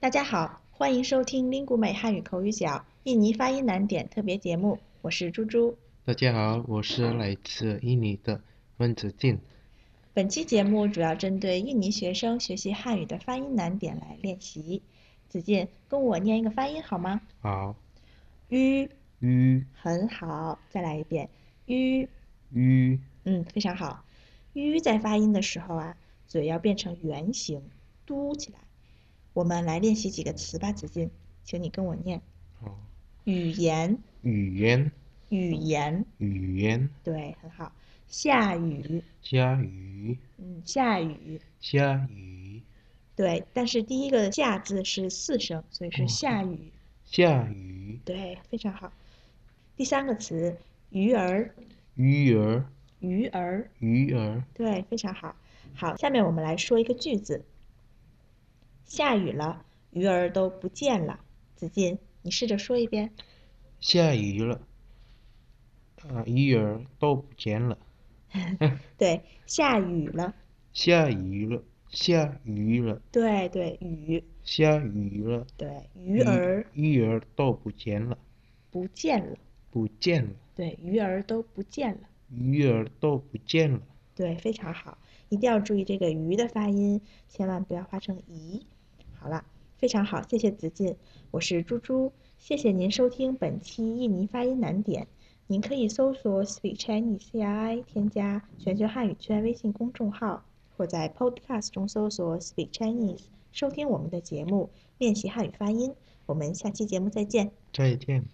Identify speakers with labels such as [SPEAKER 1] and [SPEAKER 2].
[SPEAKER 1] 大家好，欢迎收听 l i n g u 美汉语口语角印尼发音难点特别节目，我是猪猪。
[SPEAKER 2] 大家好，我是来自印尼的温子敬。
[SPEAKER 1] 本期节目主要针对印尼学生学习汉语的发音难点来练习。子健，跟我念一个发音好吗？
[SPEAKER 2] 好，
[SPEAKER 1] 吁，
[SPEAKER 2] 吁
[SPEAKER 1] 很好，再来一遍，吁，
[SPEAKER 2] 吁
[SPEAKER 1] 嗯，非常好。吁在发音的时候啊，嘴要变成圆形，嘟起来。我们来练习几个词吧，子健，请你跟我念
[SPEAKER 2] 哦，
[SPEAKER 1] 语言，
[SPEAKER 2] 语言，
[SPEAKER 1] 语言，
[SPEAKER 2] 语言，
[SPEAKER 1] 对，很好。下雨，
[SPEAKER 2] 下雨，
[SPEAKER 1] 嗯，下雨，
[SPEAKER 2] 下雨，
[SPEAKER 1] 对，但是第一个“下”字是四声，所以是
[SPEAKER 2] 哦
[SPEAKER 1] 下雨。
[SPEAKER 2] 下雨，
[SPEAKER 1] 对，非常好。第三个词“鱼儿”，
[SPEAKER 2] 鱼儿，
[SPEAKER 1] 鱼儿，
[SPEAKER 2] 鱼儿，
[SPEAKER 1] 对，非常好。好，下面我们来说一个句子：下雨了，鱼儿都不见了。子敬，你试着说一遍。
[SPEAKER 2] 下雨了，啊，鱼儿都不见了。
[SPEAKER 1] 对，下雨了，
[SPEAKER 2] 下雨了，下雨了，
[SPEAKER 1] 对对，雨，
[SPEAKER 2] 下雨了，
[SPEAKER 1] 对，鱼儿
[SPEAKER 2] 鱼儿都不见了，
[SPEAKER 1] 不见了，
[SPEAKER 2] 不见了，
[SPEAKER 1] 对，鱼儿都不见了。
[SPEAKER 2] 鱼儿都不见了。
[SPEAKER 1] 对，非常好，一定要注意这个“鱼”的发音，千万不要发成“咦”。好了，非常好，谢谢子敬，我是猪猪，谢谢您收听本期印尼发音难点。您可以搜索 Speak Chinese CRI 添加全球汉语圈微信公众号，或在 Podcast 中搜索 Speak Chinese 收听我们的节目，练习汉语发音。我们下期节目再见。
[SPEAKER 2] 再见。